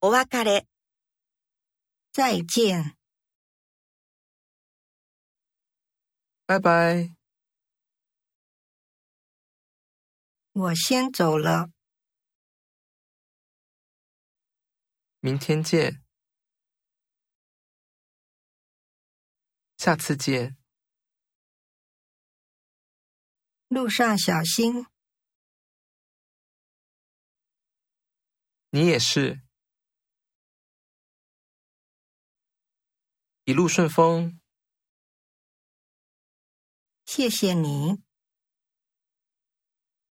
お別れ、再见，拜拜。我先走了，明天见，下次见，路上小心，你也是，一路顺风。谢谢你。